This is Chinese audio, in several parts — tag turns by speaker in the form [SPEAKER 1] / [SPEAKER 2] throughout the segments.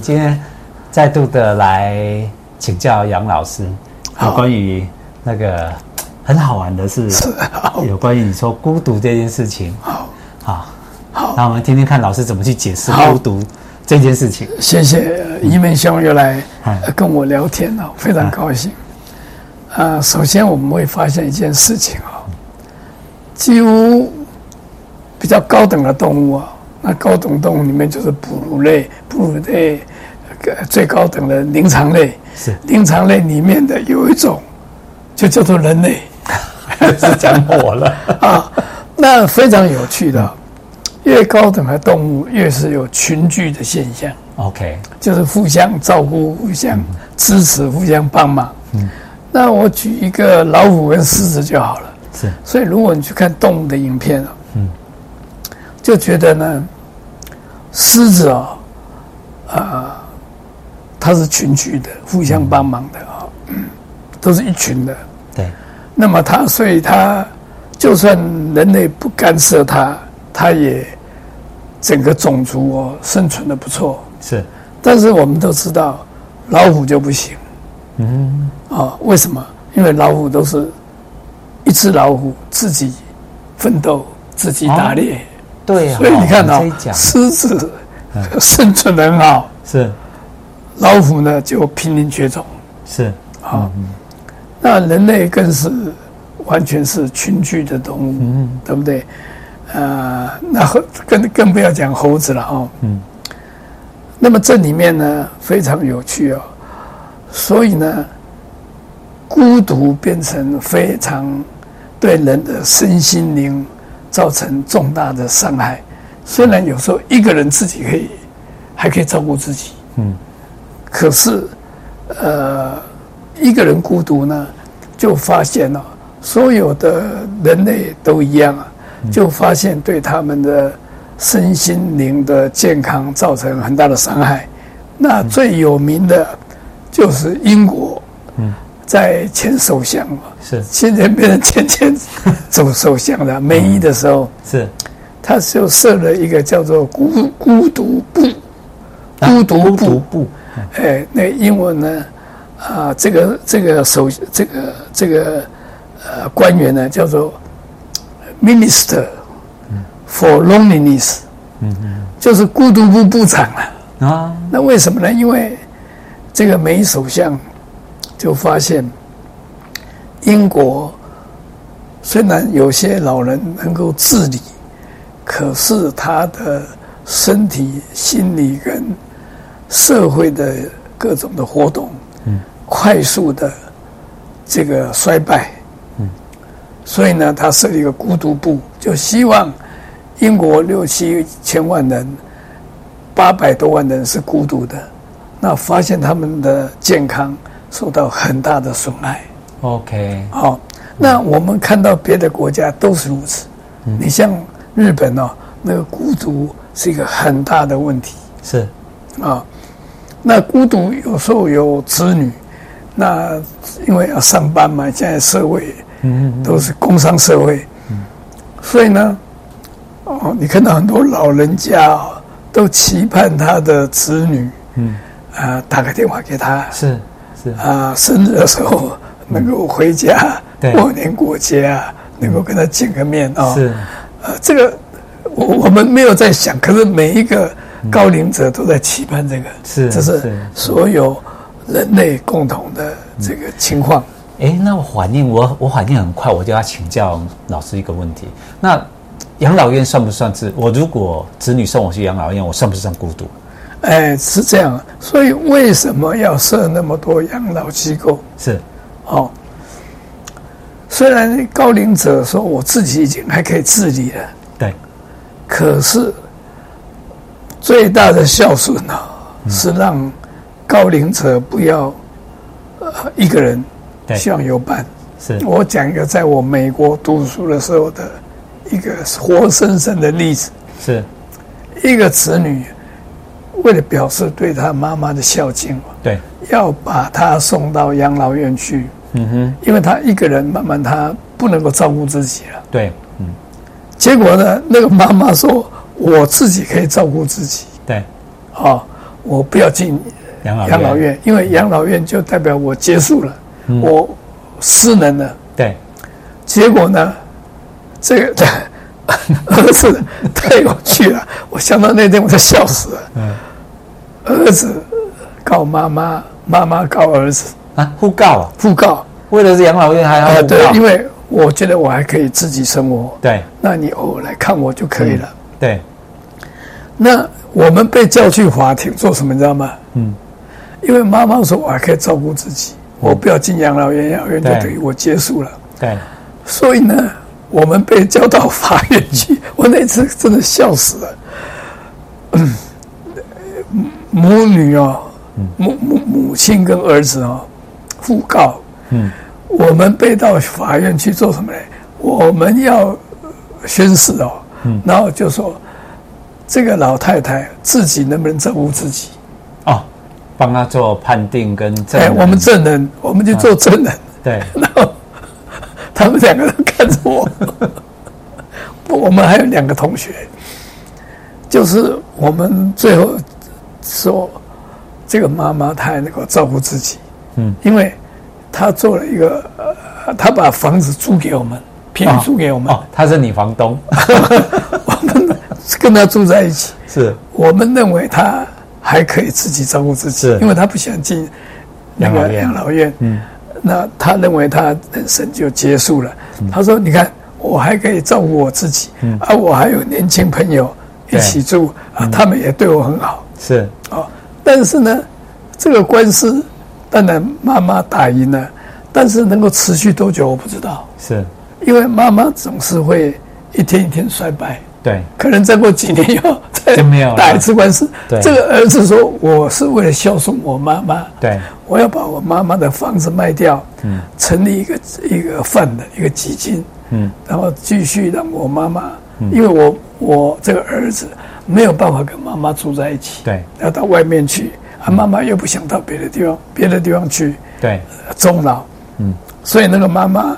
[SPEAKER 1] 今天再度的来请教杨老师，有关于那个很好玩的是，有关于你说孤独这件事情。好，好，好，那我们听听看老师怎么去解释
[SPEAKER 2] 好
[SPEAKER 1] 孤独这件事情。
[SPEAKER 2] 谢谢呃一面兄又来
[SPEAKER 1] 嗯
[SPEAKER 2] 呃跟我聊天了，非常高兴。啊，首先我们会发现一件事情啊，几乎比较高等的动物啊，那高等动物里面就是哺乳类，哺乳类呃最高等的灵长类，
[SPEAKER 1] 是
[SPEAKER 2] 灵长类里面的有一种就叫做人类。
[SPEAKER 1] 是讲我了，
[SPEAKER 2] 啊，那非常有趣的，越高等的动物越是有群聚的现象，
[SPEAKER 1] OK，
[SPEAKER 2] 就是互相照顾、互相支持、互相帮忙。嗯，那我举一个老虎跟狮子就好了。
[SPEAKER 1] 是
[SPEAKER 2] 所以如果你去看动物的影片啊，嗯，就觉得呢，狮子啊、啊、它是群居的，互相帮忙的啊、嗯都是一群的。
[SPEAKER 1] 对，
[SPEAKER 2] 那么它，所以它就算人类不干涉它，它也整个种族哦生存的不错。
[SPEAKER 1] 是
[SPEAKER 2] 但是我们都知道，老虎就不行。嗯，啊，为什么？因为老虎都是一只老虎自己奋斗、自己
[SPEAKER 1] 哦
[SPEAKER 2] 打猎，
[SPEAKER 1] 对啊。
[SPEAKER 2] 所以你看
[SPEAKER 1] 哦
[SPEAKER 2] 到、
[SPEAKER 1] 这一讲嗯
[SPEAKER 2] 狮子生存得很好，
[SPEAKER 1] 是
[SPEAKER 2] 老虎呢就濒临绝种。
[SPEAKER 1] 是
[SPEAKER 2] 那人类更是完全是群居的动物，对不对？呃，那猴更更不要讲猴子了哦。嗯。那么这里面呢非常有趣哦，所以呢，孤独变成非常对人的身心灵造成重大的伤害。虽然有时候一个人自己可以还可以照顾自己，嗯，可是一个人孤独呢，就发现了、所有的人类都一样啊，就发现对他们的身心灵的健康造成很大的伤害。那最有名的就是英国，在前首相嘛，
[SPEAKER 1] 是
[SPEAKER 2] 现在变成前前总首相了，梅姨的时候，
[SPEAKER 1] 是
[SPEAKER 2] 他就设了一个叫做孤孤独部，啊孤独
[SPEAKER 1] 孤独
[SPEAKER 2] 部，
[SPEAKER 1] 不
[SPEAKER 2] 哎，那英文呢，啊、这个这个首这个这个呃官员呢叫做 Minister for Loneliness，就是孤独部部长啊。
[SPEAKER 1] 啊，
[SPEAKER 2] 那为什么呢？因为这个美首相就发现，英国虽然有些老人能够自理，可是他的身体、心理跟社会的各种的活动，快速的这个衰败，所以呢，他设立一个孤独部，就希望英国六七千万人。八百多万人是孤独的，那发现他们的健康受到很大的损害。
[SPEAKER 1] OK，
[SPEAKER 2] 哦，那我们看到别的国家都是如此。你像日本哦，那个孤独是一个很大的问题
[SPEAKER 1] 是
[SPEAKER 2] 啊、那孤独有时候有子女，那因为要上班嘛，现在社会都是工商社会，所以呢，哦，你看到很多老人家、哦、都期盼他的子女，嗯，啊、打个电话给他，
[SPEAKER 1] 是是
[SPEAKER 2] 啊、生日的时候能够回家，
[SPEAKER 1] 对
[SPEAKER 2] 过年过节啊，能够跟他见个面啊、哦，
[SPEAKER 1] 是，
[SPEAKER 2] 呃，这个我我们没有在想，可是每一个高龄者都在期盼这个，
[SPEAKER 1] 是
[SPEAKER 2] 这
[SPEAKER 1] 是
[SPEAKER 2] 是所有人类共同的这个情况。
[SPEAKER 1] 哎，那我反应我我反应很快，我就要请教老师一个问题。那养老院算不算是我如果子女送我去养老院，我算不算孤独？
[SPEAKER 2] 哎，是这样，所以为什么要设那么多养老机构？
[SPEAKER 1] 是
[SPEAKER 2] 哦，虽然高龄者说我自己已经还可以自理了，
[SPEAKER 1] 对
[SPEAKER 2] 可是最大的孝顺呢、是让高龄者不要呃一个人，
[SPEAKER 1] 对
[SPEAKER 2] 希望有伴。
[SPEAKER 1] 是
[SPEAKER 2] 啊我讲一个在我美国读书的时候的一个活生生的例子：
[SPEAKER 1] 是，
[SPEAKER 2] 一个子女为了表示对他妈妈的孝敬，
[SPEAKER 1] 对
[SPEAKER 2] 要把他送到养老院去，
[SPEAKER 1] 嗯哼
[SPEAKER 2] 因为他一个人慢慢他不能够照顾自己了。
[SPEAKER 1] 对
[SPEAKER 2] 结果呢，那个妈妈说：“我自己可以照顾自己。”
[SPEAKER 1] 对
[SPEAKER 2] 哦，我不要进
[SPEAKER 1] 养老
[SPEAKER 2] 养老院，因为养老院就代表我结束了，我失能了。
[SPEAKER 1] 对，
[SPEAKER 2] 结果呢，这 个儿子太有趣了，我想到那天我就笑死了。
[SPEAKER 1] 嗯
[SPEAKER 2] 儿子告妈妈，妈妈告儿子，
[SPEAKER 1] 啊，互告啊，
[SPEAKER 2] 互告
[SPEAKER 1] 为了是养老院还要互
[SPEAKER 2] 啊，
[SPEAKER 1] 告
[SPEAKER 2] 对，因为我觉得我还可以自己生活，
[SPEAKER 1] 对
[SPEAKER 2] 那你偶尔来看我就可以了。
[SPEAKER 1] 对，
[SPEAKER 2] 那我们被叫去法庭做什么，你知道吗？
[SPEAKER 1] 嗯，
[SPEAKER 2] 因为妈妈说我还可以照顾自己，我不要进养老院，养老院就等于我结束了。
[SPEAKER 1] 对，
[SPEAKER 2] 所以呢，我们被叫到法院去， 我那次真的笑死了。嗯母女哦，母母母亲跟儿子哦，互告，
[SPEAKER 1] 嗯，
[SPEAKER 2] 我们被到法院去做什么呢？我们要宣誓哦，然后就说这个老太太自己能不能照顾自己？
[SPEAKER 1] 哦，帮他做判定跟证
[SPEAKER 2] 哎，
[SPEAKER 1] 人，
[SPEAKER 2] 我们证人，我们去做证人。
[SPEAKER 1] 对
[SPEAKER 2] 然后他们两个都看着我。不我们还有两个同学，就是我们最后说，这个妈妈她还能够照顾自己，
[SPEAKER 1] 嗯，
[SPEAKER 2] 因为她做了一个，呃她把房子租给我们，便宜
[SPEAKER 1] 哦
[SPEAKER 2] 租给我们，
[SPEAKER 1] 哦，他是你房东，
[SPEAKER 2] 我们跟她住在一起。
[SPEAKER 1] 是
[SPEAKER 2] 我们认为他还可以自己照顾自己
[SPEAKER 1] 是，
[SPEAKER 2] 因为他不想进那
[SPEAKER 1] 养老
[SPEAKER 2] 个
[SPEAKER 1] 院
[SPEAKER 2] 养老院。嗯，那他认为他人生就结束了。
[SPEAKER 1] 嗯
[SPEAKER 2] 他说：“你看，我还可以照顾我自己，啊，我还有年轻朋友一起住，
[SPEAKER 1] 嗯
[SPEAKER 2] 啊，他们也对我很好。
[SPEAKER 1] 是，
[SPEAKER 2] 哦，但是呢，这个官司当然妈妈打赢了，但是能够持续多久我不知道，
[SPEAKER 1] 是，
[SPEAKER 2] 因为妈妈总是会一天一天衰败。”
[SPEAKER 1] 对
[SPEAKER 2] 可能再过几年以后再
[SPEAKER 1] 就没有了
[SPEAKER 2] 打一次官司。
[SPEAKER 1] 对
[SPEAKER 2] 这个儿子说：“我是为了孝顺我妈妈，
[SPEAKER 1] 对，
[SPEAKER 2] 我要把我妈妈的房子卖掉，嗯，成立一个一个饭的一个基金，
[SPEAKER 1] 嗯，
[SPEAKER 2] 然后继续让我妈妈，因为我我这个儿子没有办法跟妈妈住在一起，
[SPEAKER 1] 对嗯
[SPEAKER 2] 要到外面去，啊，妈妈又不想到别的地方别的地方去
[SPEAKER 1] 对
[SPEAKER 2] 呃终老，嗯，所以那个妈妈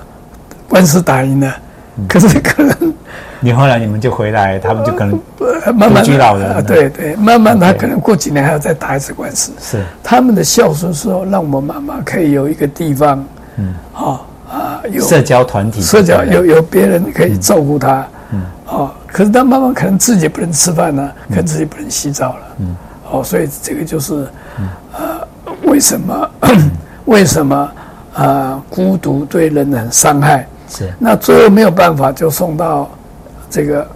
[SPEAKER 2] 官司打赢了，
[SPEAKER 1] 嗯
[SPEAKER 2] 可是可能。”
[SPEAKER 1] 你后来你们就回来，他们就可能
[SPEAKER 2] 呃慢慢
[SPEAKER 1] 独居老人
[SPEAKER 2] 啊
[SPEAKER 1] 了
[SPEAKER 2] 对对，慢慢他
[SPEAKER 1] OK
[SPEAKER 2] 可能过几年还要再打一次官司。
[SPEAKER 1] 是
[SPEAKER 2] 他们的孝顺是说，让我妈妈可以有一个地方，嗯，哦啊，有
[SPEAKER 1] 社交团体，
[SPEAKER 2] 社交有有别人可以照顾她，嗯，哦，可是她妈妈可能自己不能吃饭呢、啊可能自己不能洗澡了，嗯，哦，所以这个就是，呃，为什么 为什么啊、呃孤独对人的伤害？
[SPEAKER 1] 是
[SPEAKER 2] 那最后没有办法，就送到这个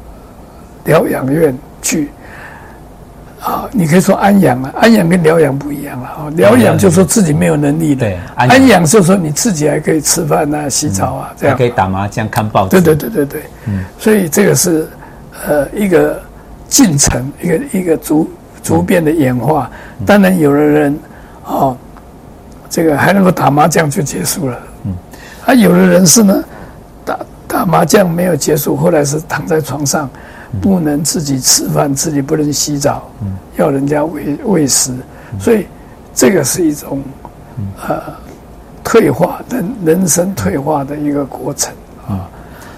[SPEAKER 2] 疗养院去。啊，你可以说安养啊，安养跟疗养不一样了啊。疗养就是说自己没有能力的
[SPEAKER 1] 对，安养
[SPEAKER 2] 安养就是说你自己还可以吃饭啊、洗澡啊这
[SPEAKER 1] 还
[SPEAKER 2] 样
[SPEAKER 1] 可。以打麻将、看报纸，
[SPEAKER 2] 对对嗯对对对，所以这个是呃一个进程，一个一个逐逐变的演化。当然，有的人哦，这个还能够打麻将就结束了，嗯，啊，有的人是呢，打打麻将没有结束，后来是躺在床上，不能自己吃饭，自己不能洗澡，要人家喂喂食，所以这个是一种呃退化人人生退化的一个过程。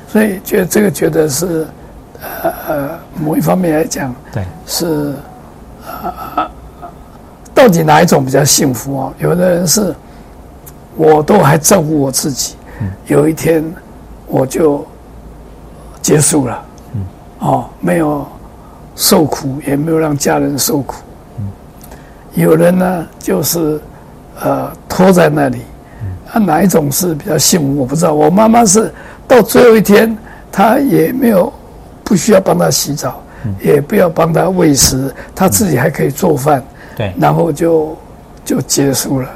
[SPEAKER 2] 所以觉得这个觉得是，呃呃，某一方面来讲
[SPEAKER 1] 对
[SPEAKER 2] 是，呃，到底哪一种比较幸福哦？有的人是，我都还照顾我自己，有一天我就结束了，哦，没有受苦，也没有让家人受苦。有人呢，就是呃拖在那里，啊，哪一种是比较幸福？我不知道。我妈妈是到最后一天，她也没有不需要帮她洗澡，也不要帮她喂食，她自己还可以做饭，
[SPEAKER 1] 对
[SPEAKER 2] 然后就就结束了。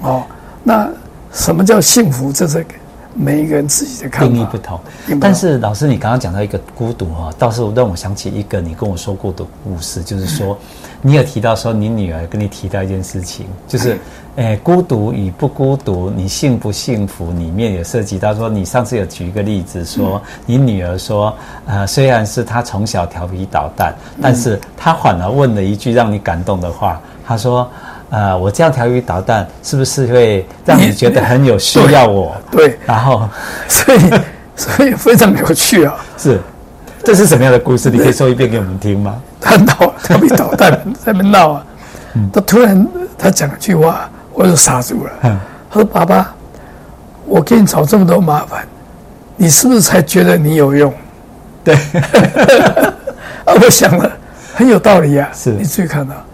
[SPEAKER 2] 哦，那什么叫幸福？这是每一个人自己的看
[SPEAKER 1] 定义
[SPEAKER 2] 法
[SPEAKER 1] 不。同
[SPEAKER 2] 定义不同。
[SPEAKER 1] 但是老师，你刚刚讲到一个孤独哈、哦，倒是让我想起一个你跟我说过的故事，就是说，
[SPEAKER 2] 嗯
[SPEAKER 1] 你有提到说你女儿跟你提到一件事情，就是，
[SPEAKER 2] 嗯
[SPEAKER 1] 诶，孤独与不孤独，你幸不幸福里面有涉及到说，你上次有举一个例子说，
[SPEAKER 2] 嗯
[SPEAKER 1] 你女儿说，呃，虽然是她从小调皮捣蛋，但是
[SPEAKER 2] 嗯
[SPEAKER 1] 她反而问了一句让你感动的话，她说。呃，我这样调皮捣蛋，是不是会让你觉得很有需要我？
[SPEAKER 2] 对，
[SPEAKER 1] 然后
[SPEAKER 2] 所以 所以非常有趣啊。
[SPEAKER 1] 是，这是什么样的故事？你可以说一遍给我们听吗？
[SPEAKER 2] 他闹，他被捣蛋，在那边闹啊。他突然他讲一句话，我就傻住了。
[SPEAKER 1] 嗯
[SPEAKER 2] 他说：“爸爸，我给你找这么多麻烦，你是不是才觉得你有用
[SPEAKER 1] 对，？”
[SPEAKER 2] 啊，我想了，很有道理啊。
[SPEAKER 1] 是
[SPEAKER 2] 你注意看啊，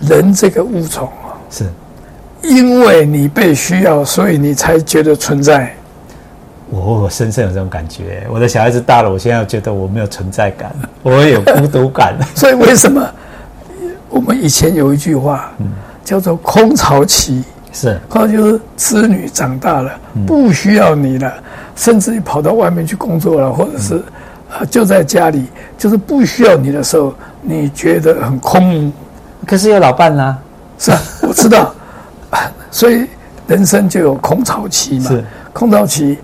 [SPEAKER 2] 人这个物种啊，
[SPEAKER 1] 是
[SPEAKER 2] 因为你被需要，所以你才觉得存在。
[SPEAKER 1] 我我深深有这种感觉。我的小孩子大了，我现在觉得我没有存在 感，我也有孤独感。
[SPEAKER 2] 所以为什么我们以前有一句话，
[SPEAKER 1] 嗯
[SPEAKER 2] 叫做“空巢期”。
[SPEAKER 1] 是
[SPEAKER 2] 后来就是子女长大了，
[SPEAKER 1] 嗯
[SPEAKER 2] 不需要你了，甚至于跑到外面去工作了，或者是
[SPEAKER 1] 嗯
[SPEAKER 2] 啊就在家里，就是不需要你的时候，你觉得很空，
[SPEAKER 1] 可是有老伴啦、
[SPEAKER 2] 是吧？我知道，啊所以人生就有空巢期嘛
[SPEAKER 1] 是。
[SPEAKER 2] 空巢期，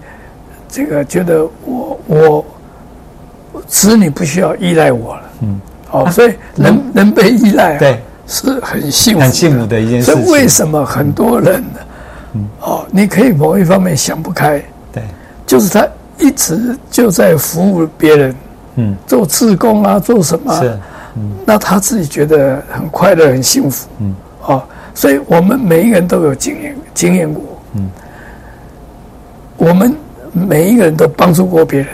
[SPEAKER 2] 这个觉得我我子女不需要依赖我了，嗯，哦，所以能、能被依赖、啊，
[SPEAKER 1] 啊对，
[SPEAKER 2] 是很幸福的，
[SPEAKER 1] 很幸福嗯的一件事
[SPEAKER 2] 所
[SPEAKER 1] 情。
[SPEAKER 2] 以为什么很多人呢？哦，你可以某一方面想不开，
[SPEAKER 1] 对，
[SPEAKER 2] 就是他一直就在服务别人，
[SPEAKER 1] 嗯，
[SPEAKER 2] 做志工啊，做什么啊、
[SPEAKER 1] 是
[SPEAKER 2] 那他自己觉得很快乐、很幸福，嗯，哦，所以我们每一个人都有经验经验过，嗯，我们每一个人都帮助过别人，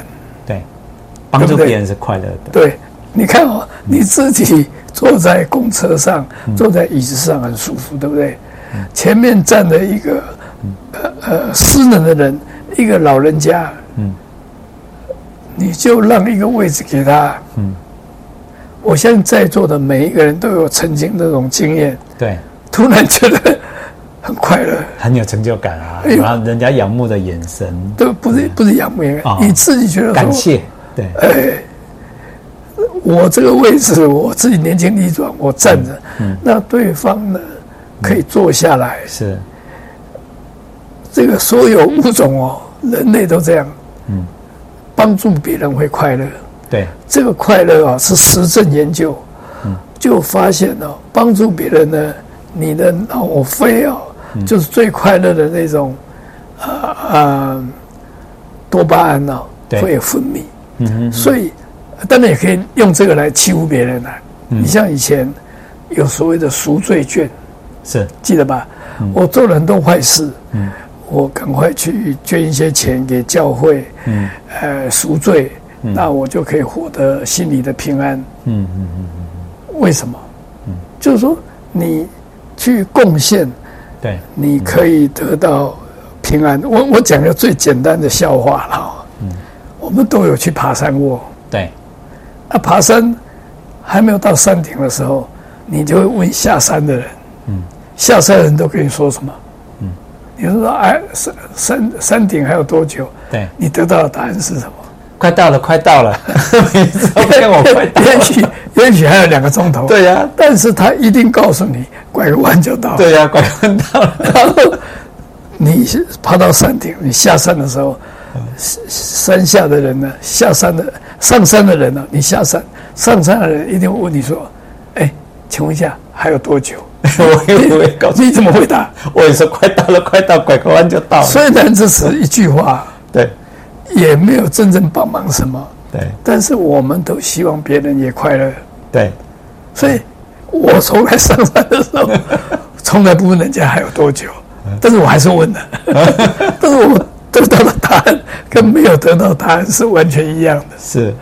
[SPEAKER 1] 对，帮助
[SPEAKER 2] 对不对
[SPEAKER 1] 别人是快乐的。
[SPEAKER 2] 对，你看哦，你自己坐在公车上，
[SPEAKER 1] 嗯
[SPEAKER 2] 坐在椅子上很舒服，对不对？前面站着一个呃呃失能的人，一个老人家，
[SPEAKER 1] 嗯
[SPEAKER 2] 你就让一个位置给他，
[SPEAKER 1] 嗯
[SPEAKER 2] 我相信在座的每一个人都有曾经那种经验，
[SPEAKER 1] 对，
[SPEAKER 2] 突然觉得很快乐，
[SPEAKER 1] 很有成就感啊，
[SPEAKER 2] 哎呦
[SPEAKER 1] 然后人家仰慕的眼神，
[SPEAKER 2] 都不是不是仰慕人
[SPEAKER 1] 哦，
[SPEAKER 2] 你自己觉得说
[SPEAKER 1] 感谢，对，
[SPEAKER 2] 我这个位置我自己年轻力壮，我站着，那对方呢可以坐下来，
[SPEAKER 1] 是
[SPEAKER 2] 这个所有物种哦，人类都这样，帮助别人会快乐。
[SPEAKER 1] 对，
[SPEAKER 2] 这个快乐啊，是实证研究，就发现哦，帮助别人呢，你的脑啡哦，就是最快乐的那种，啊、呃、呃多巴胺呢、
[SPEAKER 1] 对
[SPEAKER 2] 会分泌，
[SPEAKER 1] 嗯哼，
[SPEAKER 2] 所以当然也可以用这个来欺负别人啊。
[SPEAKER 1] 嗯
[SPEAKER 2] 你像以前有所谓的赎罪券，
[SPEAKER 1] 是
[SPEAKER 2] 记得吧？
[SPEAKER 1] 嗯
[SPEAKER 2] 我做了很多坏事，我赶快去捐一些钱给教会，
[SPEAKER 1] 嗯
[SPEAKER 2] 呃，赎罪，那我就可以获得心里的平安。
[SPEAKER 1] 嗯嗯
[SPEAKER 2] 为什么？就是说你去贡献，
[SPEAKER 1] 对，
[SPEAKER 2] 你可以得到平安。我我讲个最简单的笑话了哦，
[SPEAKER 1] 嗯
[SPEAKER 2] 我们都有去爬山过，
[SPEAKER 1] 对，
[SPEAKER 2] 啊，爬山还没有到山顶的时候，你就会问下山的人，
[SPEAKER 1] 嗯
[SPEAKER 2] 下山的人都跟你说什么？你就说哎，山山山顶还有多久？
[SPEAKER 1] 对，
[SPEAKER 2] 你得到的答案是什么？
[SPEAKER 1] 快到了，快 到了，每次都 骗我快到
[SPEAKER 2] 也
[SPEAKER 1] 了，
[SPEAKER 2] 许也许还有两个钟头，
[SPEAKER 1] 对呀
[SPEAKER 2] 但是他一定告诉你，拐个弯就到了。
[SPEAKER 1] 对呀，快看到 了，
[SPEAKER 2] 然后你爬到山顶，你下山的时候，山山下的人呢，下山的上山的人呢，你下山上山的人一定会问你说：“哎，请问一下还有多久
[SPEAKER 1] 我也我也告？”诉
[SPEAKER 2] 你怎么回答？
[SPEAKER 1] 我也说快到了，快到，拐个弯就到了，
[SPEAKER 2] 虽然这是一句话，
[SPEAKER 1] 对
[SPEAKER 2] 也没有真正帮忙什么，
[SPEAKER 1] 对
[SPEAKER 2] 但是我们都希望别人也快乐，
[SPEAKER 1] 对，
[SPEAKER 2] 所以我从来上山的时候，从来不问人家还有多久，但是我还是问的，但是我得到的答案跟没有得到答案是完全一样的。
[SPEAKER 1] 是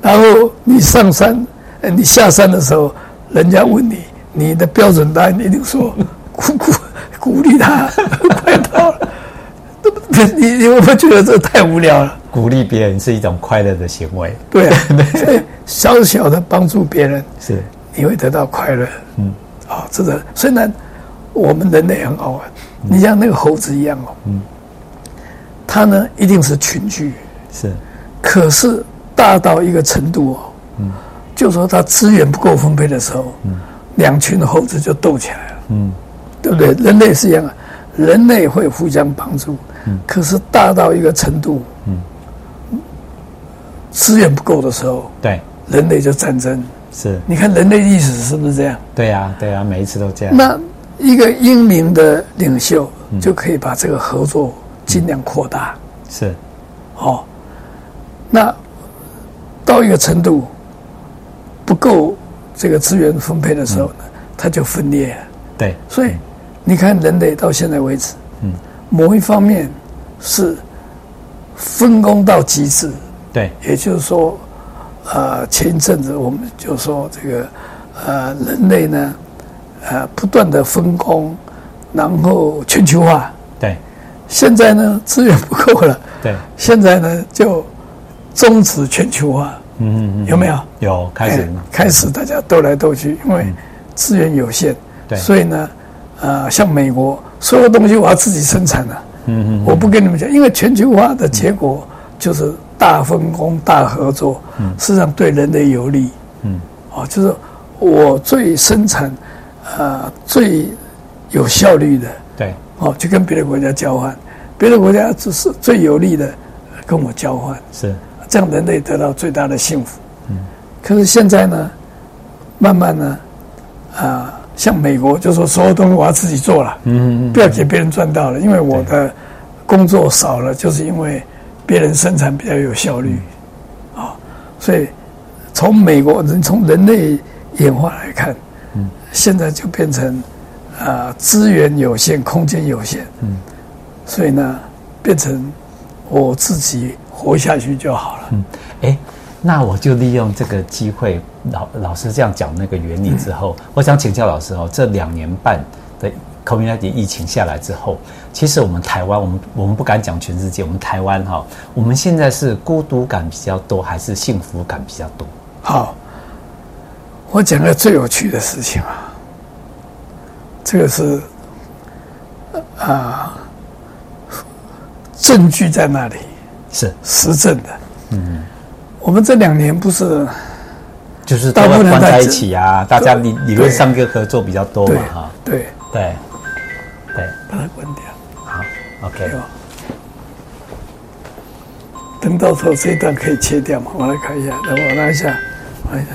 [SPEAKER 2] 然后你上山，呃你下山的时候，人家问你，你的标准答案一定说 鼓鼓鼓励他， 快到了。 这不你你会不会觉得这太无聊了？
[SPEAKER 1] 鼓励别人是一种快乐的行为，
[SPEAKER 2] 对、啊，所以小小的帮助别人，
[SPEAKER 1] 是
[SPEAKER 2] 你会得到快乐。嗯，啊、真的。虽然我们人类很好玩，你像那个猴子一样哦，嗯，它呢一定是群居，
[SPEAKER 1] 是
[SPEAKER 2] 可是大到一个程度哦，嗯，就说它资源不够分配的时候，嗯，两群猴子就斗起来了，嗯，对不对？人类是一样啊，人类会互相帮助，嗯，可是大到一个程度，嗯，资源不够的时候，
[SPEAKER 1] 对
[SPEAKER 2] 人类就战争。
[SPEAKER 1] 是，
[SPEAKER 2] 你看人类历史是不是这样？
[SPEAKER 1] 对呀对呀，每一次都这样，
[SPEAKER 2] 那一个英明的领袖就可以把这个合作尽量扩大。
[SPEAKER 1] 是
[SPEAKER 2] 哦，那到一个程度不够这个资源分配的时候呢，它就分裂了。
[SPEAKER 1] 对，
[SPEAKER 2] 所以你看，人类到现在为止，
[SPEAKER 1] 嗯，
[SPEAKER 2] 某一方面是分工到极致，
[SPEAKER 1] 对，
[SPEAKER 2] 也就是说，呃，前一阵子我们就说这个，呃，人类呢，呃，不断的分工，然后全球化。
[SPEAKER 1] 对，
[SPEAKER 2] 现在呢，资源不够了，
[SPEAKER 1] 对，
[SPEAKER 2] 现在呢就终止全球化，
[SPEAKER 1] 嗯嗯嗯，
[SPEAKER 2] 有没有？
[SPEAKER 1] 有开始了吗嗯
[SPEAKER 2] 哎？开始大家斗来斗去，因为资源有限，
[SPEAKER 1] 对
[SPEAKER 2] 所以呢，呃，像美国所有东西我要自己生产了、
[SPEAKER 1] 嗯嗯嗯
[SPEAKER 2] 我不跟你们讲，因为全球化的结果就是大分工、大合作，事实上对人类有利。
[SPEAKER 1] 嗯，
[SPEAKER 2] 哦，就是我最生产，呃，最有效率的，
[SPEAKER 1] 对，
[SPEAKER 2] 哦，就跟别的国家交换，别的国家只是最有利的呃跟我交换，
[SPEAKER 1] 是，
[SPEAKER 2] 这样人类得到最大的幸福。可是现在呢，慢慢呢，啊、像美国就说所有东西我要自己做了，
[SPEAKER 1] 嗯嗯
[SPEAKER 2] 不要给别人赚到了，因为我的工作少了，就是因为别人生产比较有效率，啊，所以从美国人从人类演化来看，现在就变成啊资源有限，空间有限，嗯，所以呢，变成我自己活下去就好了。
[SPEAKER 1] 嗯，哎、那我就利用这个机会，老老师这样讲那个原理之
[SPEAKER 2] 嗯
[SPEAKER 1] 后，我想请教老师哦，这两年半的 community 疫情下来之后，其实我们台湾，我们我们不敢讲全世界，我们台湾哈、我们现在是孤独感比较多，还是幸福感比较多？
[SPEAKER 2] 好，我讲个最有趣的事情啊，这个是啊、呃证据在那里，
[SPEAKER 1] 是，
[SPEAKER 2] 实证的。嗯，我们这两年不是
[SPEAKER 1] 就是
[SPEAKER 2] 大
[SPEAKER 1] 大
[SPEAKER 2] 部
[SPEAKER 1] 家
[SPEAKER 2] 分
[SPEAKER 1] 关
[SPEAKER 2] 人在
[SPEAKER 1] 在一
[SPEAKER 2] 这
[SPEAKER 1] 起啊，大家理理论上就合作比较多
[SPEAKER 2] 对
[SPEAKER 1] 嘛哈，
[SPEAKER 2] 对，
[SPEAKER 1] 对，对，
[SPEAKER 2] 把它关掉。
[SPEAKER 1] 好，OK，
[SPEAKER 2] 对吧？啊等到时候这一段可以切掉嘛？我来看一下，等我拉一下，我来一下。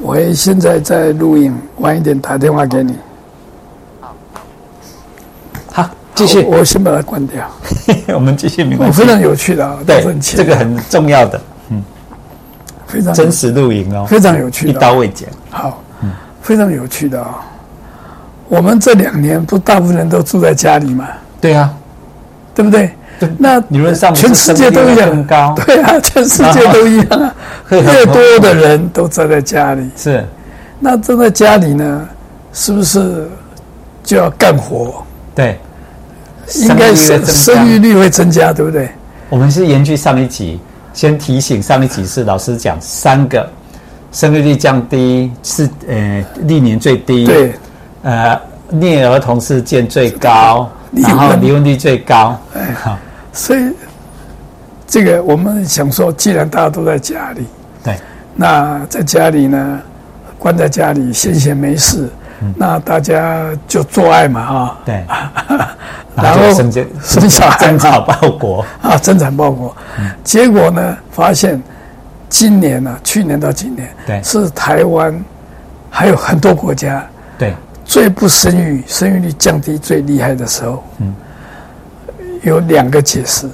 [SPEAKER 2] 喂，现在在录音，晚一点打电话给你。
[SPEAKER 1] 好，继续，
[SPEAKER 2] 我我先把它关掉。
[SPEAKER 1] 我们继续，没
[SPEAKER 2] 我
[SPEAKER 1] 关系
[SPEAKER 2] 非，常有趣的啊，都
[SPEAKER 1] 对
[SPEAKER 2] 很，切
[SPEAKER 1] 这个很重要的。
[SPEAKER 2] 非常
[SPEAKER 1] 真实露营哦，
[SPEAKER 2] 非常有趣
[SPEAKER 1] 一
[SPEAKER 2] 的啊
[SPEAKER 1] 刀嗯未剪。
[SPEAKER 2] 好，非常有趣的啊。我们这两年不大部分人都住在家里嘛，
[SPEAKER 1] 对啊，
[SPEAKER 2] 对不对
[SPEAKER 1] 对？
[SPEAKER 2] 那
[SPEAKER 1] 理论上
[SPEAKER 2] 全世界都一
[SPEAKER 1] 生育率更
[SPEAKER 2] 样，
[SPEAKER 1] 高
[SPEAKER 2] 对啊，全世界都一样 啊。
[SPEAKER 1] 会很
[SPEAKER 2] 越多的人都宅在家里，
[SPEAKER 1] 是，
[SPEAKER 2] 那宅在家里呢，是不是就要干活？
[SPEAKER 1] 对，
[SPEAKER 2] 应该
[SPEAKER 1] 生育率
[SPEAKER 2] 是
[SPEAKER 1] 增加
[SPEAKER 2] 生育率会增加，对不对？
[SPEAKER 1] 我们是延续上一集，先提醒上一集是老师讲三个生育率降低是呃历年最低，
[SPEAKER 2] 对，
[SPEAKER 1] 呃虐儿童事件最高，
[SPEAKER 2] 离
[SPEAKER 1] 然后
[SPEAKER 2] 婚
[SPEAKER 1] 离婚率最高，好，
[SPEAKER 2] 所以这个我们想说，既然大家都在家里，
[SPEAKER 1] 对，
[SPEAKER 2] 那在家里呢，关在家里闲闲没事，那大家就做爱嘛啊，
[SPEAKER 1] 对，
[SPEAKER 2] 然
[SPEAKER 1] 就
[SPEAKER 2] 后
[SPEAKER 1] 生就
[SPEAKER 2] 生小孩
[SPEAKER 1] 争
[SPEAKER 2] 嘛
[SPEAKER 1] 吵报国，
[SPEAKER 2] 啊，增产报国。结果呢，发现今年呢、啊，去年到今年，
[SPEAKER 1] 对
[SPEAKER 2] 是台湾还有很多国家
[SPEAKER 1] 对，
[SPEAKER 2] 最不生育、生育率降低最厉害的时候。嗯，有两个解释。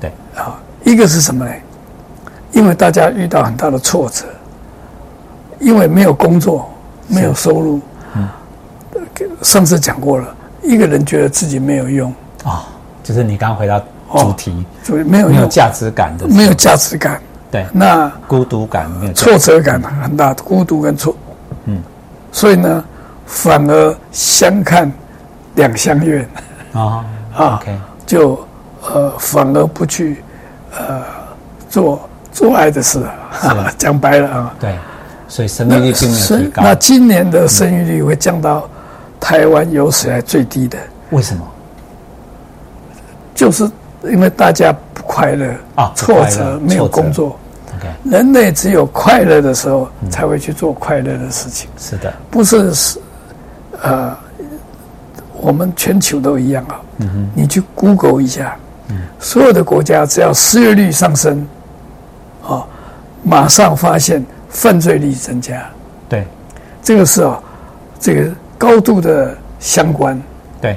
[SPEAKER 1] 对，
[SPEAKER 2] 啊，一个是什么呢？因为大家遇到很大的挫折，因为没有工作，没有收入。嗯，上次讲过了，一个人觉得自己没有用，
[SPEAKER 1] 哦，就是你刚回到主题，
[SPEAKER 2] 所以哦没有
[SPEAKER 1] 没有
[SPEAKER 2] 用，
[SPEAKER 1] 价值感的，
[SPEAKER 2] 没有价值感。
[SPEAKER 1] 对，
[SPEAKER 2] 那
[SPEAKER 1] 孤独感没有价值，
[SPEAKER 2] 挫折感很大，孤独跟挫，嗯，所以呢，反而相看两相悦，
[SPEAKER 1] 哦
[SPEAKER 2] 啊
[SPEAKER 1] ，OK，
[SPEAKER 2] 就呃反而不去呃做做爱的事啊， 讲白了啊，
[SPEAKER 1] 对，所以生命力并没有提高。
[SPEAKER 2] 那今年的生育率会降到台湾有史以来最低的，
[SPEAKER 1] 为什么？
[SPEAKER 2] 就是因为大家不快乐
[SPEAKER 1] 啊不
[SPEAKER 2] 挫
[SPEAKER 1] 快乐
[SPEAKER 2] 折没
[SPEAKER 1] 挫
[SPEAKER 2] 有
[SPEAKER 1] 折嗯
[SPEAKER 2] 工作，
[SPEAKER 1] OK，
[SPEAKER 2] 人类只有快乐的时候才会去做快乐的事情。
[SPEAKER 1] 是的，
[SPEAKER 2] 不是是，呃，我们全球都一样啊。你去 Google 一下，所有的国家只要失业率上升，啊、马上发现犯罪率增加，
[SPEAKER 1] 对
[SPEAKER 2] 这个是啊，这个高度的相关。
[SPEAKER 1] 对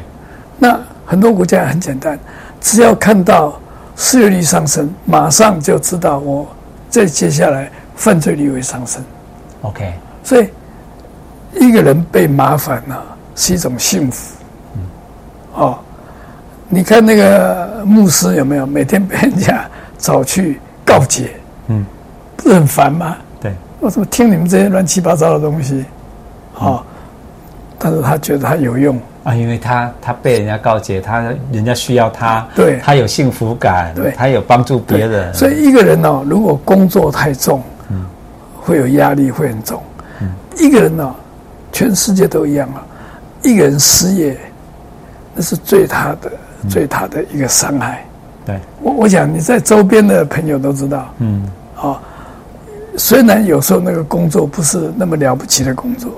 [SPEAKER 2] 那很多国家很简单，只要看到失业率上升，马上就知道我这接下来犯罪率会上升。
[SPEAKER 1] ，OK，
[SPEAKER 2] 所以一个人被麻烦了、是一种幸福。哦，你看那个牧师有没有每天被人家找去告解？
[SPEAKER 1] 嗯，
[SPEAKER 2] 不是很烦吗？
[SPEAKER 1] 对，
[SPEAKER 2] 我怎么听你们这些乱七八糟的东西？哦，但是他觉得他有用，
[SPEAKER 1] 啊，因为他他被人家告诫，他人家需要他，
[SPEAKER 2] 对
[SPEAKER 1] 他有幸福感，
[SPEAKER 2] 对
[SPEAKER 1] 他有帮助别人，
[SPEAKER 2] 所以一个人哦，如果工作太重，会有压力，会很重。一个人哦，全世界都一样啊，一个人失业，那是最大的、最大的一个伤害。
[SPEAKER 1] 对，
[SPEAKER 2] 我我想你在周边的朋友都知道，啊
[SPEAKER 1] 嗯，
[SPEAKER 2] 虽然有时候那个工作不是那么了不起的工作，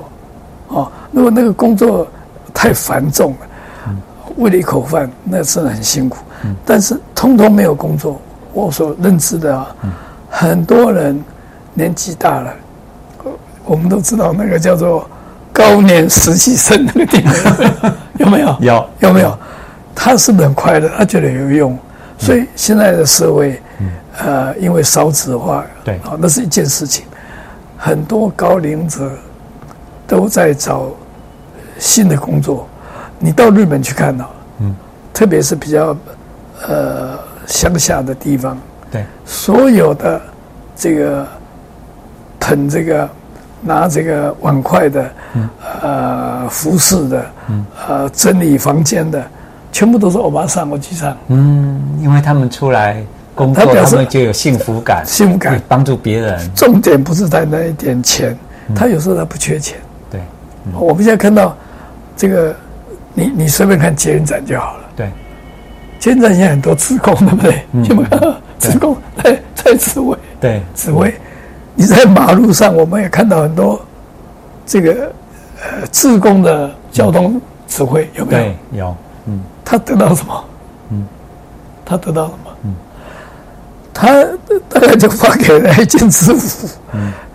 [SPEAKER 2] 哦，如果那个工作太繁重了，为了一口饭，那真的很辛苦。但是通通没有工作，我所认知的啊，很多人年纪大了，我我们都知道那个叫做高年实习生那个地方有没有？
[SPEAKER 1] 有
[SPEAKER 2] 有没有？他是不是很快乐？他觉得有
[SPEAKER 1] 嗯
[SPEAKER 2] 用，所以现在的社会，呃，因为少子化，
[SPEAKER 1] 对
[SPEAKER 2] 哦，那是一件事情。很多高龄者都在找新的工作。你到日本去看到、哦
[SPEAKER 1] 嗯，
[SPEAKER 2] 特别是比较呃乡下的地方，
[SPEAKER 1] 对，
[SPEAKER 2] 所有的这个捧这个拿这个碗筷的，
[SPEAKER 1] 嗯
[SPEAKER 2] 呃，服侍的，呃，整理房间的，全部都是欧巴桑、欧吉桑，
[SPEAKER 1] 嗯，因为他们出来工作，
[SPEAKER 2] 他表
[SPEAKER 1] 他
[SPEAKER 2] 示
[SPEAKER 1] 们就有幸福感，
[SPEAKER 2] 幸福感
[SPEAKER 1] 可以帮助别人，
[SPEAKER 2] 重点不是在那一点钱，
[SPEAKER 1] 嗯
[SPEAKER 2] 他有时候他不缺钱。
[SPEAKER 1] 对嗯
[SPEAKER 2] 我们现在看到这个，你你随便看捷运站就好了，
[SPEAKER 1] 对
[SPEAKER 2] 捷运站现在很多职工，对不对？ 有没有
[SPEAKER 1] 嗯对
[SPEAKER 2] 职工在在职位？
[SPEAKER 1] 对，
[SPEAKER 2] 紫薇，你在马路上，我们也看到很多这个呃自贡的交通指挥，有没有
[SPEAKER 1] 对？有，嗯，
[SPEAKER 2] 他得到什么？
[SPEAKER 1] 嗯，
[SPEAKER 2] 他得到什么？嗯，他大概就发给了一件制服，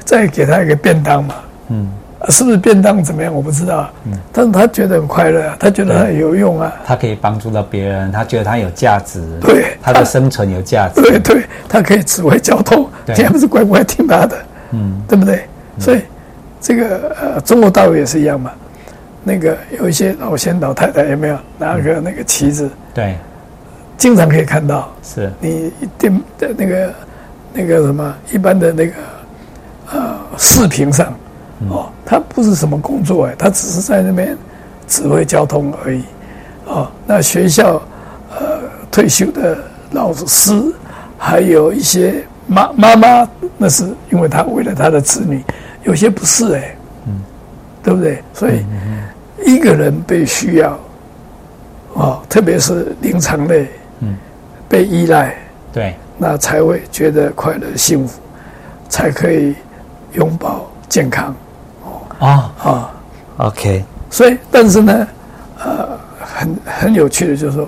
[SPEAKER 2] 再给他一个便当嘛。啊
[SPEAKER 1] 嗯，
[SPEAKER 2] 是不是便当怎么样？我不知道。嗯，但是他觉得很快乐啊，他觉得他有用啊。
[SPEAKER 1] 他可以帮助到别人，他觉得他有价值，
[SPEAKER 2] 对
[SPEAKER 1] 他的生存有价值，
[SPEAKER 2] 对对，他可以指挥交通，
[SPEAKER 1] 对
[SPEAKER 2] 你还不是乖乖听他的，嗯，对不对？所以这个呃，中国大陆也是一样嘛。那个有一些老先老太太有没有拿个那个旗子，
[SPEAKER 1] 对，
[SPEAKER 2] 经常可以看到。
[SPEAKER 1] 是，
[SPEAKER 2] 你电的那个那个什么一般的那个呃视频上，哦，他不是什么工作哎，他只是在那边指挥交通而已。哦，那学校呃退休的老师，还有一些妈妈妈，那是因为他为了他的子女，有些不是哎，对不对？所以一个人被需要，哦，特别是临场类，被依赖，
[SPEAKER 1] 对
[SPEAKER 2] 那才会觉得快乐幸福，才可以拥抱健康。
[SPEAKER 1] 啊啊，OK，
[SPEAKER 2] 所以，但是呢，呃，很很有趣的就是说，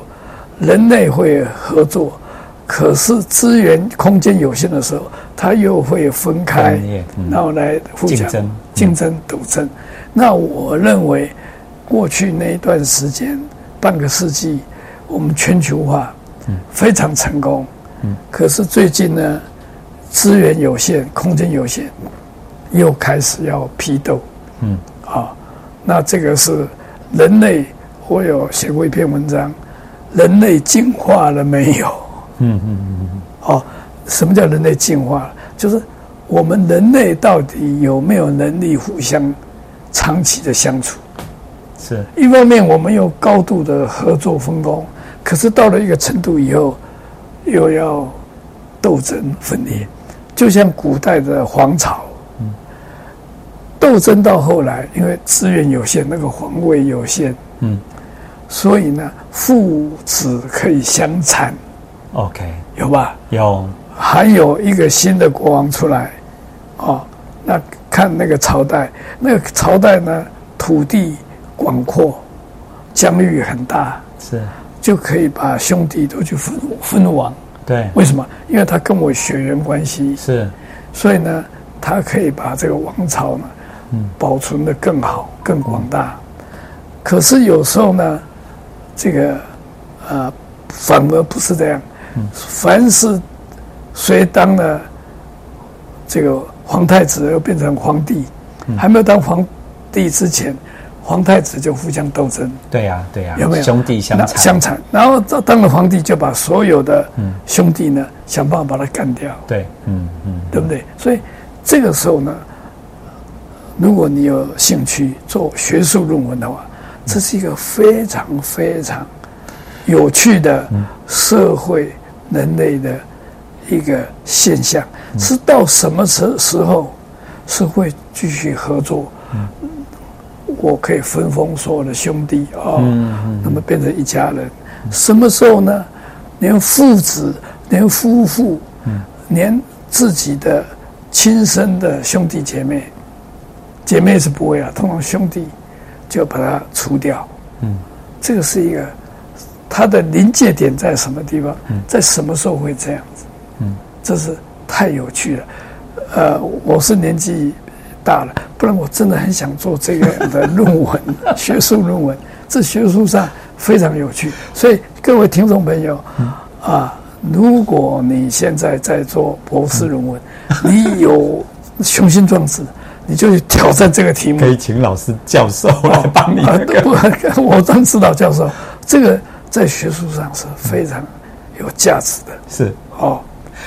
[SPEAKER 2] 人类会合作，可是资源空间有限的时候，它又会分开
[SPEAKER 1] 分裂，嗯
[SPEAKER 2] 然后来互相
[SPEAKER 1] 竞争
[SPEAKER 2] 竞争、斗争。那我认为，过去那一段时间，半个世纪，我们全球化
[SPEAKER 1] 嗯
[SPEAKER 2] 非常成功，可是最近呢，资源有限，空间有限，又开始要批斗。
[SPEAKER 1] 嗯
[SPEAKER 2] 啊那这个是人类，我有写过一篇文章，人类进化了没有？
[SPEAKER 1] 嗯嗯嗯，
[SPEAKER 2] 哦，什么叫人类进化了？就是我们人类到底有没有能力互相长期的相处？
[SPEAKER 1] 是，
[SPEAKER 2] 一方面我们有高度的合作分工，可是到了一个程度以后，又要斗争分裂，就像古代的皇朝，斗争到后来，因为资源有限，那个皇位有限，
[SPEAKER 1] 嗯，
[SPEAKER 2] 所以呢，父子可以相残，
[SPEAKER 1] OK，
[SPEAKER 2] 有吧？
[SPEAKER 1] 有，
[SPEAKER 2] 还有一个新的国王出来，哦，那看那个朝代，那个朝代呢，土地广阔，疆域很大，
[SPEAKER 1] 是，
[SPEAKER 2] 就可以把兄弟都去分分王。
[SPEAKER 1] 对，
[SPEAKER 2] 为什么？因为他跟我血缘关系，
[SPEAKER 1] 是，
[SPEAKER 2] 所以呢，他可以把这个王朝呢，
[SPEAKER 1] 嗯
[SPEAKER 2] 保存的更好、更广大。可是有时候呢，这个呃，反而不是这样。
[SPEAKER 1] 嗯
[SPEAKER 2] 凡是谁当了这个皇太子，又变成皇帝，
[SPEAKER 1] 嗯
[SPEAKER 2] 还没有当皇帝之前，皇太子就互相斗争，
[SPEAKER 1] 对呀、对呀、
[SPEAKER 2] 有没有
[SPEAKER 1] 啊兄弟相
[SPEAKER 2] 那
[SPEAKER 1] 残？嗯
[SPEAKER 2] 相残。然后当当了皇帝，就把所有的兄弟呢，想办法把他干掉，
[SPEAKER 1] 对，嗯嗯，
[SPEAKER 2] 对不对？所以这个时候呢，如果你有兴趣做学术论文的话，这是一个非常非常有趣的社会人类的一个现象，是到什么时时候是会继续合作？我可以分封所有的兄弟啊、哦那么变成一家人。什么时候呢？连父子、连夫妇、连自己的亲生的兄弟姐妹，姐妹是不会啊，通常兄弟就把它除掉。嗯，这个是一个它的临界点在什么地方？在什么时候会这样子？嗯，这是太有趣了。呃，我是年纪大了，不然我真的很想做这样的论文，学术论文，这学术上非常有趣。所以各位听众朋友啊，如果你现在在做博士论文，你有雄心壮志，你就去挑战这个题目
[SPEAKER 1] 可。以请老师教授来帮你
[SPEAKER 2] 啊，
[SPEAKER 1] 那个。
[SPEAKER 2] 不， 我当指导教授，这个在学术上是非常有价值的
[SPEAKER 1] 是
[SPEAKER 2] 哦。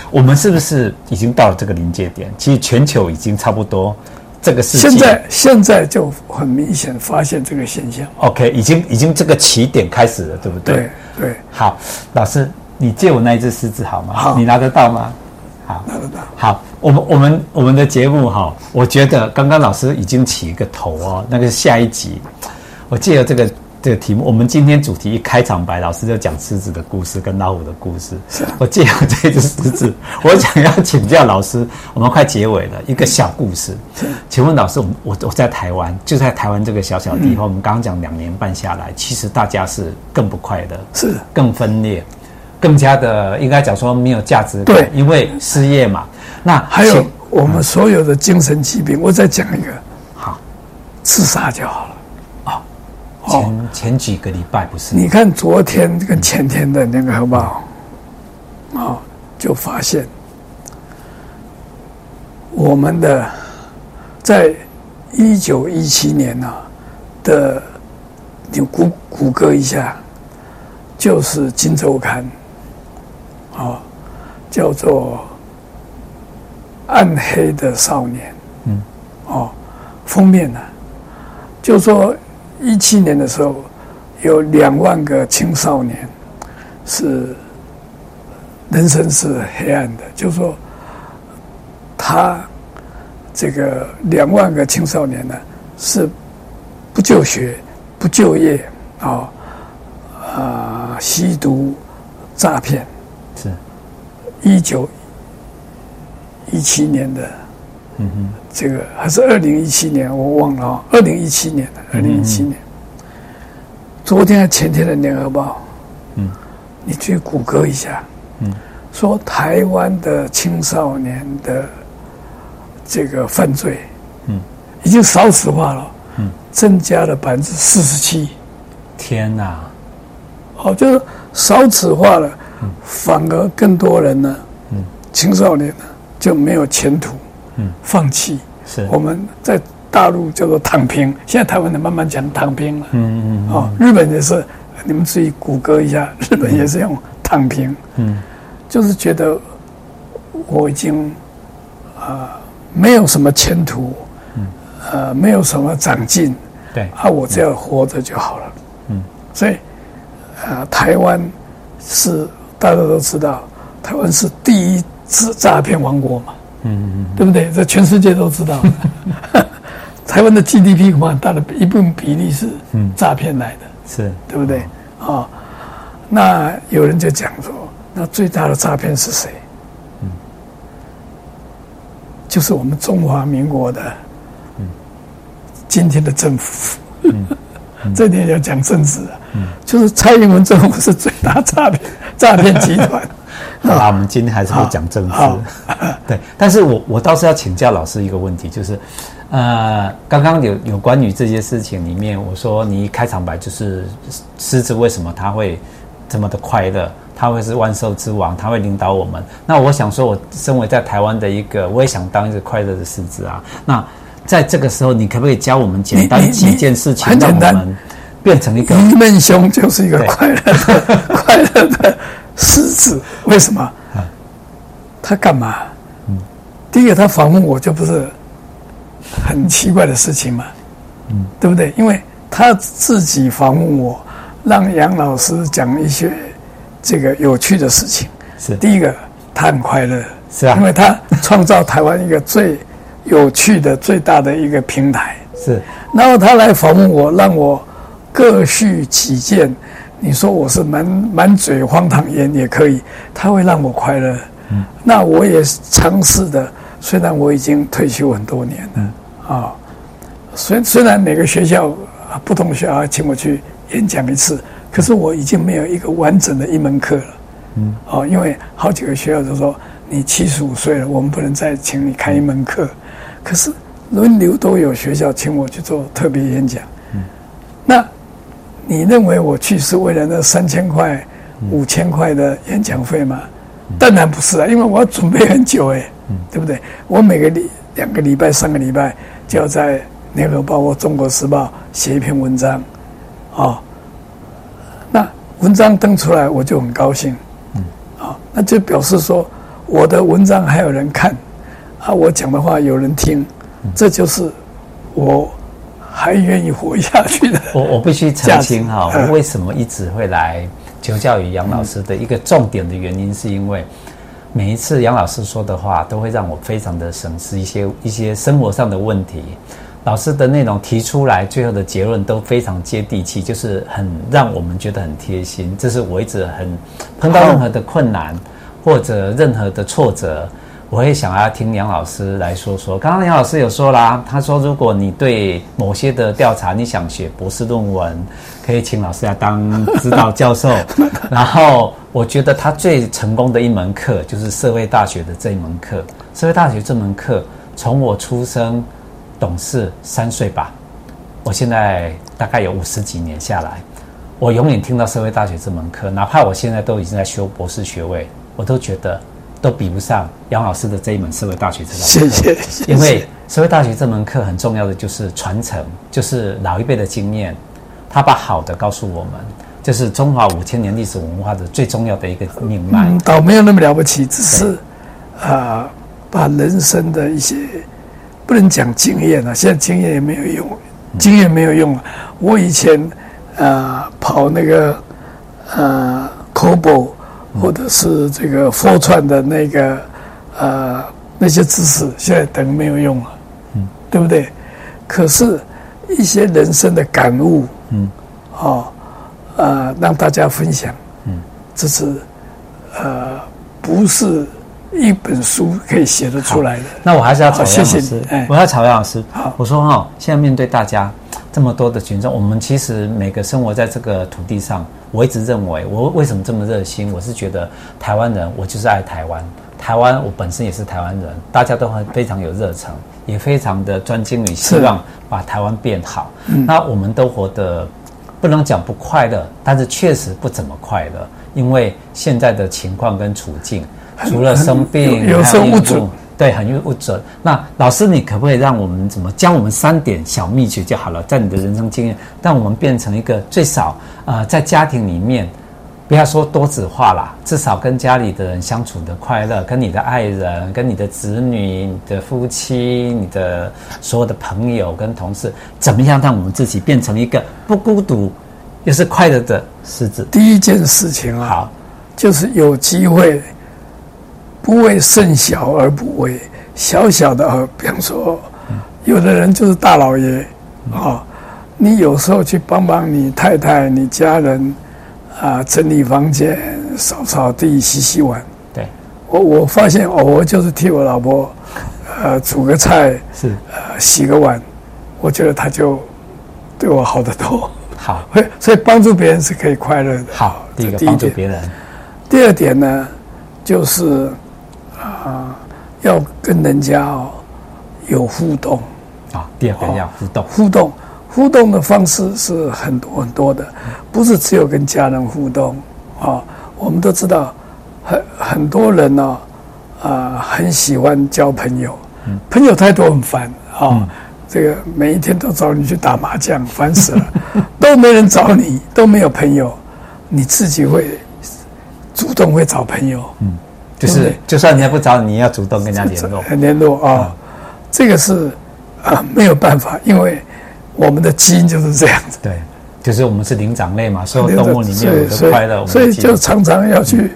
[SPEAKER 1] 我们是不是已经到了这个临界点？其实全球已经差不多，这个世界
[SPEAKER 2] 现在现在就很明显发现这个现象，
[SPEAKER 1] OK，已经已经这个起点开始了，对不对？
[SPEAKER 2] 对对，
[SPEAKER 1] 好，老师，你借我那一只狮子好吗？
[SPEAKER 2] 好
[SPEAKER 1] 你拿得到吗？好，
[SPEAKER 2] 拿得到。
[SPEAKER 1] 好，我们我们我们的节目哈、我觉得刚刚老师已经起一个头哦，那个下一集，我借由这个这个题目，我们今天主题一开场白，老师就讲狮子的故事跟老虎的故事。
[SPEAKER 2] 啊
[SPEAKER 1] 我借由这只狮子， 我想要请教老师，我们快结尾了，一个小故事。请问老师，我们我我在台湾，就在台湾这个小小地
[SPEAKER 2] 嗯
[SPEAKER 1] 方，我们刚刚讲两年半下来，其实大家是更不快乐，
[SPEAKER 2] 是
[SPEAKER 1] 更分裂。更加的，应该讲说没有价值感，
[SPEAKER 2] 对
[SPEAKER 1] 因为失业嘛。那
[SPEAKER 2] 还
[SPEAKER 1] 请
[SPEAKER 2] 有我们所有的精神疾病，我再讲一个，
[SPEAKER 1] 嗯好，
[SPEAKER 2] 自杀就好了。哦，
[SPEAKER 1] 前前几个礼拜不是
[SPEAKER 2] 你看昨天跟前天的那个好不好？哦，就发现我们的在一九一七年呢、啊、的，你谷谷歌一下，就是《金周刊》哦，叫做《暗黑的少年》。嗯，哦，封面呢、就说一七年的时候，有两万个青少年是人生是黑暗的，就说他这个两万个青少年呢是不就学、不就业啊啊、吸毒、诈骗。
[SPEAKER 1] 是
[SPEAKER 2] 一九一七年的，这个还是二零一七年，我忘了啊、2二零一七年的，二零一七年，昨天还前天的联合报，嗯，你去谷歌一下，嗯，说台湾的青少年的这个犯罪，嗯，已经少子化了，嗯，增加了百分之四十七，
[SPEAKER 1] 天啊哪、
[SPEAKER 2] 哦，就是少子化了，反而更多人呢，青少年呢就没有前途，放弃。
[SPEAKER 1] 是
[SPEAKER 2] 我们在大陆叫做躺平，现在台湾人慢慢讲躺平了，嗯嗯，哦，日本也是，你们自己谷歌一下，日本也是用躺平，嗯，就是觉得我已经啊、没有什么前途，呃，没有什么长进，
[SPEAKER 1] 对，
[SPEAKER 2] 啊，我只要活着就好了。嗯，所以，呃，台湾是大家都知道，台湾是第一次诈骗王国嘛。嗯嗯对不对？这全世界都知 道。台湾的 GDP 恐怕很大的一部分比例是诈骗来的，
[SPEAKER 1] 是
[SPEAKER 2] 对不对？啊、那有人就讲说，那最大的诈骗是谁？就是我们中华民国的，今天的政府。 这点要讲政治啊，就是蔡英文政府是最大诈骗诈骗集团。
[SPEAKER 1] 好啦，我们今天还是会讲政治
[SPEAKER 2] 好。
[SPEAKER 1] 对，但是我我倒是要请教老师一个问题，就是，呃，刚刚有有关于这些事情里面，我说你一开场白就是狮子为什么它会这么的快乐，它会是万兽之王，它会领导我们。那我想说，我身为在台湾的一个，我也想当一个快乐的狮子啊。那在这个时候，你可不可以教我们简单
[SPEAKER 2] 你
[SPEAKER 1] 几件事情，
[SPEAKER 2] 你很
[SPEAKER 1] 让
[SPEAKER 2] 简
[SPEAKER 1] 我
[SPEAKER 2] 单
[SPEAKER 1] 们变成一个
[SPEAKER 2] 一闷胸就是一个
[SPEAKER 1] 对
[SPEAKER 2] 快乐的 快乐的狮子。为什么？他干嘛？第一个，他访问我就不是很奇怪的事情嘛，对不对？因为他自己访问我，让杨老师讲一些这个有趣的事情。
[SPEAKER 1] 是
[SPEAKER 2] 第一个，他很快乐，
[SPEAKER 1] 是啊
[SPEAKER 2] 因为他创造台湾一个最有趣的、最大的一个平台。
[SPEAKER 1] 是
[SPEAKER 2] 然后他来访问我，让我各抒己见。你说我是满满嘴荒唐言也可以，他会让我快乐。那我也尝试的，虽然我已经退休很多年了啊，虽虽然每个学校啊不同学校请我去演讲一次，可是我已经没有一个完整的一门课了。哦，因为好几个学校都说你七十五岁了，我们不能再请你开一门课。可是轮流都有学校请我去做特别演讲。那你认为我去是为了那三千块、五千块的演讲费吗？当然不是啊，因为我要准备很久哎、对不对？我每个礼两个礼拜、三个礼拜就要在《联合报》或《中国时报》写一篇文章，哦，那文章登出来我就很高兴，啊，那就表示说我的文章还有人看，啊，我讲的话有人听，这就是我还愿意活下去的。
[SPEAKER 1] 我我必须澄
[SPEAKER 2] 价值
[SPEAKER 1] 清哈，
[SPEAKER 2] 嗯
[SPEAKER 1] 我为什么一直会来求教于杨老师的一个重点的原因，是因为每一次杨老师说的话，都会让我非常的省思一些一些生活上的问题。老师的内容提出来，最后的结论都非常接地气，就是很让我们觉得很贴心。这是我一直很碰到任何的困难或者任何的挫折，我会想要听杨老师来说说。刚刚杨老师有说啦，他说如果你对某些的调查你想写博士论文，可以请老师来当指导教授。然后我觉得他最成功的一门课就是社会大学的这一门课。社会大学这门课从我出生懂事三岁吧，我现在大概有五十几年下来，我永远听到社会大学这门课，哪怕我现在都已经在修博士学位，我都觉得都比不上杨老师的这一门社会大学这门课。
[SPEAKER 2] 谢谢， 谢谢
[SPEAKER 1] 因为社会大学这门课很重要的就是传承，就是老一辈的经验，他把好的告诉我们，这是中华五千年历史文化的最重要的一个命脉。
[SPEAKER 2] 嗯，倒没有那么了不起，只是啊、把人生的一些不能讲经验啊了，现在经验也没有用，经验没有用了。我以前啊、跑那个呃 Cobo 或者是这个 f o r t r a n 的那个呃那些知识，现在等于没有用了，对不对？可是，一些人生的感悟，嗯，哦，呃，让大家分享，嗯，这是不是一本书可以写得出来的。
[SPEAKER 1] 那我还是要吵
[SPEAKER 2] 好
[SPEAKER 1] 杨老
[SPEAKER 2] 谢谢
[SPEAKER 1] 师
[SPEAKER 2] 你，哎
[SPEAKER 1] 我要吵杨老师
[SPEAKER 2] 好。
[SPEAKER 1] 我说哈、现在面对大家这么多的群众，我们其实每个生活在这个土地上，我一直认为，我为什么这么热心？我是觉得台湾人，我就是爱台湾，台湾我本身也是台湾人，大家都很非常有热忱，也非常的专精于希
[SPEAKER 2] 是嗯
[SPEAKER 1] 望把台湾变好。那我们都活得不能讲不快乐，但是确实不怎么快乐，因为现在的情况跟处境，除了生病，
[SPEAKER 2] 有有时候
[SPEAKER 1] 还
[SPEAKER 2] 不
[SPEAKER 1] 运
[SPEAKER 2] 准
[SPEAKER 1] 动对，很不准。那老师，你可不可以让我们怎么教我们三点小秘诀就好了？在你的人生经验，让我们变成一个最少呃，在家庭里面，不要说多子化啦，至少跟家里的人相处的快乐，跟你的爱人、跟你的子女、你的夫妻、你的所有的朋友跟同事，怎么样让我们自己变成一个不孤独又是快乐的狮子？
[SPEAKER 2] 第一件事情啊，
[SPEAKER 1] 好，
[SPEAKER 2] 就是有机会，不为甚小而不为，小小的啊，比方说，有的人就是大老爷啊、你有时候去帮帮你太太、你家人啊、整理房间、扫扫地、洗洗碗。
[SPEAKER 1] 对，
[SPEAKER 2] 我我发现偶尔就是替我老婆，呃，煮个菜、
[SPEAKER 1] 是
[SPEAKER 2] 呃洗个碗，我觉得她就对我好得多。
[SPEAKER 1] 好，
[SPEAKER 2] 会所以帮助别人是可以快乐的。
[SPEAKER 1] 好，第一
[SPEAKER 2] 这
[SPEAKER 1] 个
[SPEAKER 2] 第一
[SPEAKER 1] 帮助
[SPEAKER 2] 点
[SPEAKER 1] 别人，
[SPEAKER 2] 第二点呢，就是啊、要跟人家哦有互动，
[SPEAKER 1] 啊，第二个要互动，
[SPEAKER 2] 互动互动的方式是很多很多的，不是只有跟家人互动啊、我们都知道，很很多人
[SPEAKER 1] 嗯
[SPEAKER 2] 呢、啊、很喜欢交朋友，朋友太多很烦啊、这个每一天都找你去打麻将，烦死了， 都没人找你，都没有朋友，你自己会主动会找朋友，嗯，
[SPEAKER 1] 就
[SPEAKER 2] 对
[SPEAKER 1] 是
[SPEAKER 2] 不
[SPEAKER 1] 就算你不找你，也要主动跟人家联络。嗯
[SPEAKER 2] 很联络啊，这个是啊没有办法，因为我们的基因就是这样子。
[SPEAKER 1] 对，就是我们是灵长类嘛，所有动物里面有
[SPEAKER 2] 所
[SPEAKER 1] 的
[SPEAKER 2] 以
[SPEAKER 1] 快乐，我
[SPEAKER 2] 所
[SPEAKER 1] 们
[SPEAKER 2] 以所以
[SPEAKER 1] 基
[SPEAKER 2] 就常常要去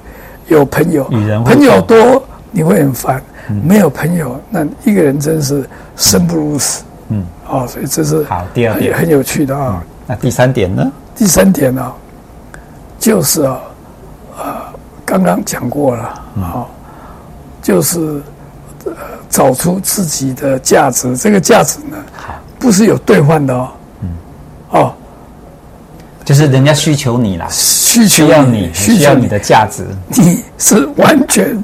[SPEAKER 2] 有朋友，
[SPEAKER 1] 与人互动嗯
[SPEAKER 2] 朋友多你会很烦，没有朋友那一个人真是生不如死。嗯，哦，所以这是
[SPEAKER 1] 好第二
[SPEAKER 2] 很
[SPEAKER 1] 点嗯
[SPEAKER 2] 很有趣的啊。
[SPEAKER 1] 那第三点呢？
[SPEAKER 2] 第三点呢、就是啊，呃，刚刚讲过了，啊、
[SPEAKER 1] 嗯
[SPEAKER 2] 就是、呃找出自己的价值。这个价值呢，不是有兑换的哦，
[SPEAKER 1] 嗯
[SPEAKER 2] 哦，
[SPEAKER 1] 就是人家需求你啦，
[SPEAKER 2] 需求
[SPEAKER 1] 需要你，
[SPEAKER 2] 需
[SPEAKER 1] 需
[SPEAKER 2] 求
[SPEAKER 1] 要
[SPEAKER 2] 你
[SPEAKER 1] 你的价值。
[SPEAKER 2] 你是完全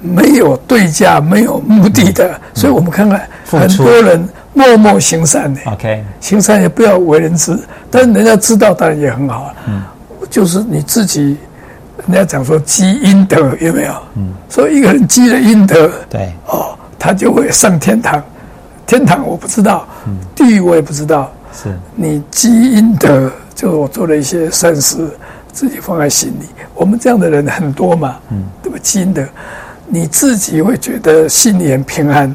[SPEAKER 2] 没有对价、没有目的的，所以我们看看
[SPEAKER 1] 付
[SPEAKER 2] 很
[SPEAKER 1] 出
[SPEAKER 2] 多人默默行善呢、
[SPEAKER 1] OK，
[SPEAKER 2] 行善也不要为人知，但是人家知道当然也很好啊。就是你自己，人家讲说积阴德有没有？所以一个人积了阴德，
[SPEAKER 1] 对，
[SPEAKER 2] 哦，他就会上天堂。天堂我不知道，地狱我也不知道。
[SPEAKER 1] 是
[SPEAKER 2] 你积阴德，就是我做了一些善事，自己放在心里。我们这样的人很多嘛，对吧？积阴德，你自己会觉得心里很平安，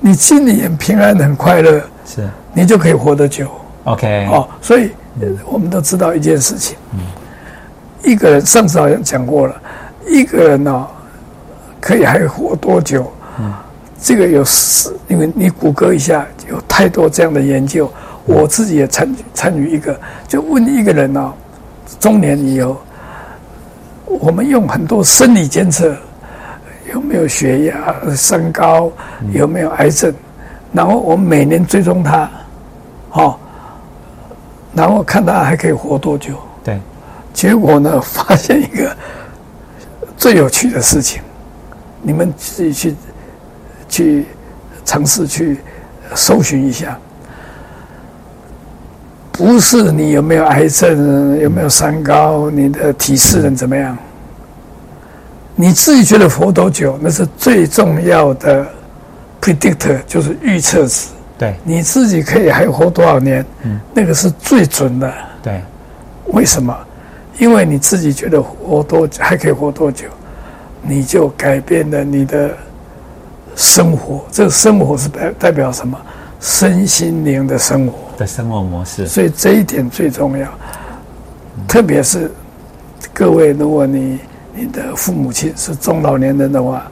[SPEAKER 2] 你心里很平安很快乐，
[SPEAKER 1] 是
[SPEAKER 2] 你就可以活得久
[SPEAKER 1] OK，
[SPEAKER 2] 哦。所以呃我们都知道一件事情，一个人上次好像讲过了，一个人哦，可以还活多久？这个有四，因为你谷歌一下，有太多这样的研究。我自己也参参与一个，就问一个人哦，中年以后，我们用很多生理监测，有没有血压、身高，有没有癌症，然后我们每年追踪他，哦，然后看他还可以活多久。
[SPEAKER 1] 对，
[SPEAKER 2] 结果呢，发现一个最有趣的事情，你们自己去去尝试去搜寻一下。不是你有没有癌症，有没有三高，你的体适能怎么样？你自己觉得活多久，那是最重要的 predictor，就是预测值。
[SPEAKER 1] 对，
[SPEAKER 2] 你自己可以还活多少年，那个是最准的。
[SPEAKER 1] 对，
[SPEAKER 2] 为什么？因为你自己觉得活多久还可以活多久，你就改变了你的生活。这个生活是代代表什么？身心灵的生活。
[SPEAKER 1] 的生活模式
[SPEAKER 2] 所以这一点最重要。特别是各位，如果你你的父母亲是中老年人的话，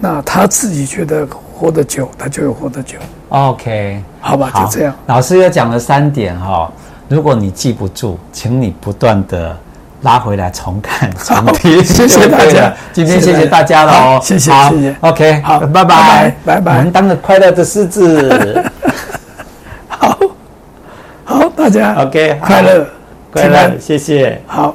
[SPEAKER 2] 那他自己觉得活得久，他就会活得久，
[SPEAKER 1] OK，
[SPEAKER 2] 好吧？就
[SPEAKER 1] 好
[SPEAKER 2] 这样。。
[SPEAKER 1] 老师又讲了三点哈、如果你记不住，请你不断的拉回来重看重听。
[SPEAKER 2] 谢谢大家
[SPEAKER 1] 今天
[SPEAKER 2] 谢
[SPEAKER 1] 谢
[SPEAKER 2] 谢
[SPEAKER 1] 谢大家了
[SPEAKER 2] 好
[SPEAKER 1] 哦，
[SPEAKER 2] 谢谢
[SPEAKER 1] 好
[SPEAKER 2] 谢谢
[SPEAKER 1] OK，
[SPEAKER 2] 好
[SPEAKER 1] 拜
[SPEAKER 2] 拜拜拜拜
[SPEAKER 1] 我们当个快乐的狮 子
[SPEAKER 2] 好，大家
[SPEAKER 1] ，OK，好
[SPEAKER 2] 快乐，
[SPEAKER 1] 快
[SPEAKER 2] 平安
[SPEAKER 1] 乐，谢谢。
[SPEAKER 2] 好。